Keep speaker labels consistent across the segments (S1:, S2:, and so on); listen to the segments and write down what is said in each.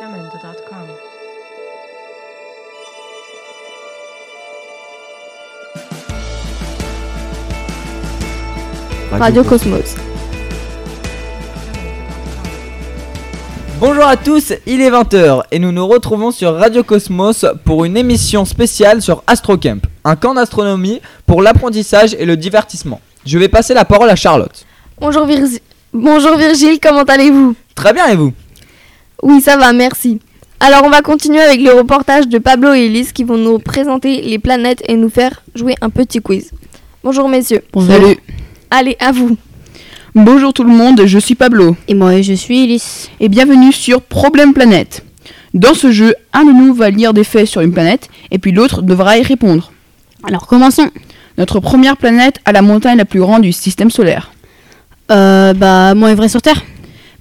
S1: Audible.com.
S2: Radio Cosmos.
S3: Bonjour à tous, il est 20h et nous nous retrouvons sur Radio Cosmos pour une émission spéciale sur AstroCamp, un camp d'astronomie pour l'apprentissage et le divertissement. Je vais passer la parole à Charlotte.
S2: Bonjour, Virgi- Bonjour Virgile, comment allez-vous
S3: Très bien et vous
S2: Oui, ça va, merci. Alors on va continuer avec le reportage de Pablo et Elise qui vont nous présenter les planètes et nous faire jouer un petit quiz. Bonjour messieurs.
S4: Salut.
S2: Allez, à vous.
S4: Bonjour tout le monde, je suis Pablo
S5: Et moi, je suis Elise.
S4: et bienvenue sur Problème Planète. Dans ce jeu, un de nous va lire des faits sur une planète et puis l'autre devra y répondre.
S5: Alors commençons.
S4: Notre première planète a la montagne la plus grande du système solaire.
S5: Euh, bah, moi est vrai sur Terre.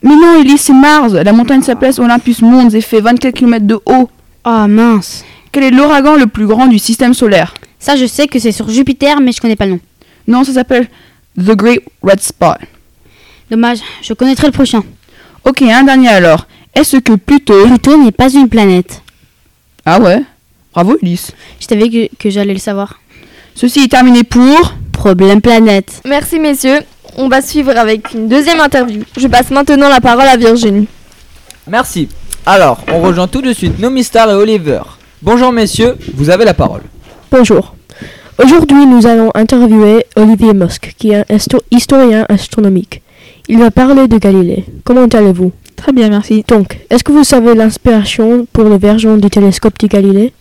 S4: Mais non, Elise, c'est Mars. La montagne s'appelle Olympus Mons et fait 24 km de haut.
S5: Ah mince.
S4: Quel est l'ouragan le plus grand du système solaire
S5: Ça, je sais que c'est sur Jupiter, mais je connais pas le nom.
S4: Non, ça s'appelle The Great Red Spot.
S5: Dommage, je connaîtrai le prochain.
S4: Ok, un dernier alors. Est-ce que Pluto...
S5: Pluto n'est pas une planète.
S4: Ah ouais Bravo, Elise.
S5: Je t'avais que, que j'allais le savoir.
S4: Ceci est terminé pour...
S5: Problème planète.
S2: Merci messieurs. On va suivre avec une deuxième interview. Je passe maintenant la parole à Virginie.
S3: Merci. Alors, on rejoint tout de suite Nomi Star et Oliver. Bonjour messieurs, vous avez la parole.
S6: Bonjour. Aujourd'hui, nous allons interviewer Olivier Mosque, qui est un histo- historien astronomique. Il va parler de Galilée. Comment allez-vous
S7: Très bien, merci.
S6: Donc, est-ce que vous savez l'inspiration pour le version du télescope de Galilée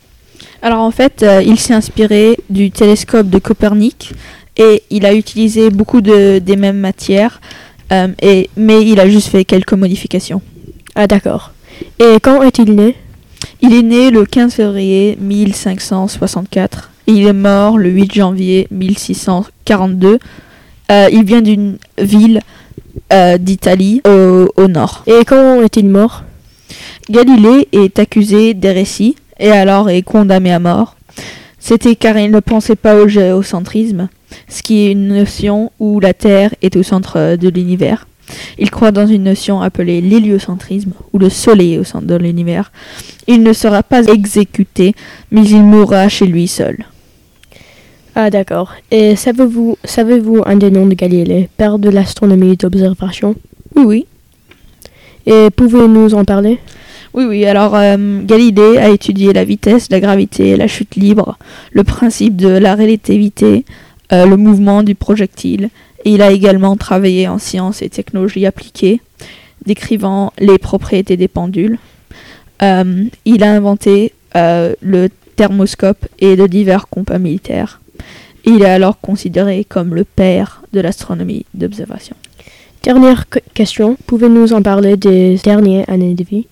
S7: Alors en fait, euh, il s'est inspiré du télescope de Copernic et il a utilisé beaucoup de, des mêmes matières, euh, et, mais il a juste fait quelques modifications.
S6: Ah d'accord. Et quand est-il né
S7: Il est né le 15 février 1564 et il est mort le 8 janvier 1642. Euh, il vient d'une ville euh, d'Italie au, au nord.
S6: Et quand est-il mort
S7: Galilée est accusé d'hérésie et alors est condamné à mort. C'était car il ne pensait pas au géocentrisme, ce qui est une notion où la Terre est au centre euh, de l'univers. Il croit dans une notion appelée l'héliocentrisme, où le Soleil est au centre de l'univers. Il ne sera pas exécuté, mais il mourra chez lui seul.
S6: Ah d'accord. Et savez-vous savez-vous un des noms de Galilée, père de l'astronomie et d'observation
S7: Oui, oui.
S6: Et pouvez-vous nous en parler
S7: Oui, oui, alors euh, Galilée a étudié la vitesse, la gravité, la chute libre, le principe de la relativité, euh, le mouvement du projectile, et il a également travaillé en sciences et technologies appliquées, décrivant les propriétés des pendules. Euh, il a inventé euh, le thermoscope et de divers compas militaires. Il est alors considéré comme le père de l'astronomie d'observation.
S6: Dernière que- question, pouvez-vous nous en parler des dernières années de vie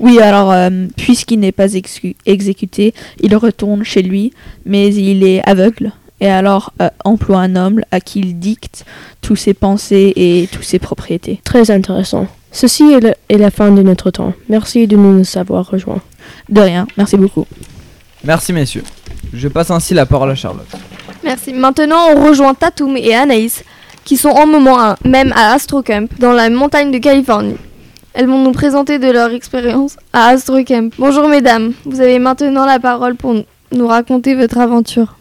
S7: Oui, alors, euh, puisqu'il n'est pas excu- exécuté, il retourne chez lui, mais il est aveugle. Et alors euh, emploie un homme à qui il dicte tous ses pensées et toutes ses propriétés.
S6: Très intéressant. Ceci est, le- est la fin de notre temps. Merci de nous avoir rejoints.
S7: De rien, merci beaucoup.
S3: Merci messieurs. Je passe ainsi la parole à Charlotte.
S2: Merci. Maintenant, on rejoint Tatoum et Anaïs qui sont en moment un- même à AstroCamp dans la montagne de Californie. Elles vont nous présenter de leur expérience à AstroCamp. Bonjour mesdames, vous avez maintenant la parole pour nous raconter votre aventure.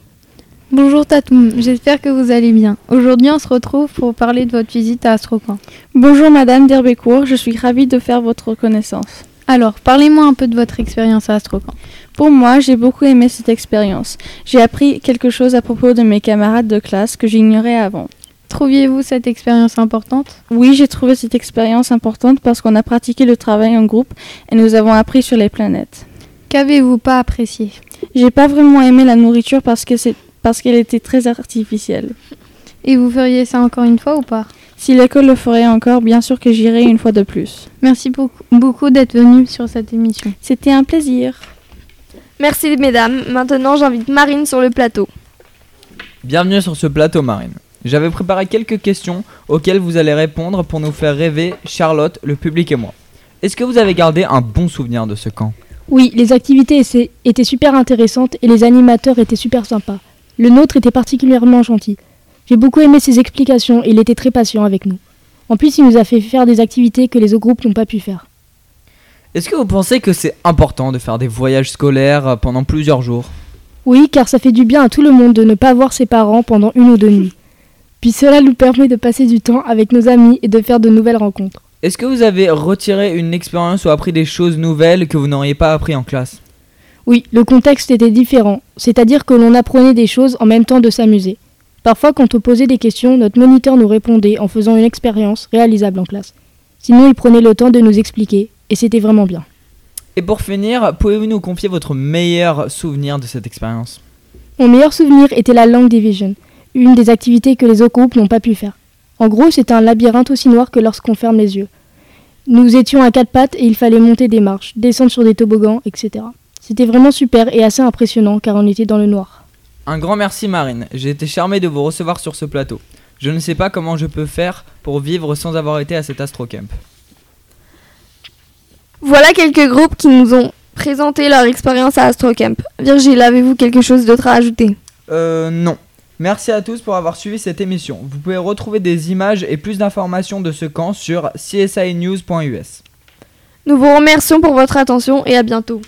S8: Bonjour Tatoum, j'espère que vous allez bien. Aujourd'hui, on se retrouve pour parler de votre visite à Astrocoin.
S9: Bonjour Madame d'Herbécourt, je suis ravie de faire votre connaissance.
S8: Alors, parlez-moi un peu de votre expérience à Astrocoin.
S9: Pour moi, j'ai beaucoup aimé cette expérience. J'ai appris quelque chose à propos de mes camarades de classe que j'ignorais avant.
S8: Trouviez-vous cette expérience importante
S9: Oui, j'ai trouvé cette expérience importante parce qu'on a pratiqué le travail en groupe et nous avons appris sur les planètes.
S8: Qu'avez-vous pas apprécié
S9: J'ai pas vraiment aimé la nourriture parce que c'est parce qu'elle était très artificielle.
S8: Et vous feriez ça encore une fois ou pas
S9: Si l'école le ferait encore, bien sûr que j'irai une fois de plus.
S8: Merci beaucoup, beaucoup d'être venu sur cette émission.
S9: C'était un plaisir.
S2: Merci mesdames. Maintenant, j'invite Marine sur le plateau.
S3: Bienvenue sur ce plateau Marine. J'avais préparé quelques questions auxquelles vous allez répondre pour nous faire rêver Charlotte, le public et moi. Est-ce que vous avez gardé un bon souvenir de ce camp
S10: Oui, les activités essa- étaient super intéressantes et les animateurs étaient super sympas. Le nôtre était particulièrement gentil. J'ai beaucoup aimé ses explications et il était très patient avec nous. En plus, il nous a fait faire des activités que les autres groupes n'ont pas pu faire.
S3: Est-ce que vous pensez que c'est important de faire des voyages scolaires euh, pendant plusieurs jours
S10: Oui, car ça fait du bien à tout le monde de ne pas voir ses parents pendant une ou deux nuits. Puis cela nous permet de passer du temps avec nos amis et de faire de nouvelles rencontres.
S3: Est-ce que vous avez retiré une expérience ou appris des choses nouvelles que vous n'auriez pas appris en classe
S10: Oui, le contexte était différent, c'est-à-dire que l'on apprenait des choses en même temps de s'amuser. Parfois, quand on posait des questions, notre moniteur nous répondait en faisant une expérience réalisable en classe. Sinon, il prenait le temps de nous expliquer, et c'était vraiment bien.
S3: Et pour finir, pouvez-vous nous confier votre meilleur souvenir de cette expérience
S10: Mon meilleur souvenir était la Langue Division, une des activités que les autres groupes n'ont pas pu faire. En gros, c'est un labyrinthe aussi noir que lorsqu'on ferme les yeux. Nous étions à quatre pattes et il fallait monter des marches, descendre sur des toboggans, etc. C'était vraiment super et assez impressionnant car on était dans le noir.
S3: Un grand merci Marine, j'ai été charmé de vous recevoir sur ce plateau. Je ne sais pas comment je peux faire pour vivre sans avoir été à cet astrocamp.
S2: Voilà quelques groupes qui nous ont présenté leur expérience à Astrocamp. Virgile, avez-vous quelque chose d'autre à ajouter
S3: Euh, non. Merci à tous pour avoir suivi cette émission. Vous pouvez retrouver des images et plus d'informations de ce camp sur csinews.us.
S2: Nous vous remercions pour votre attention et à bientôt.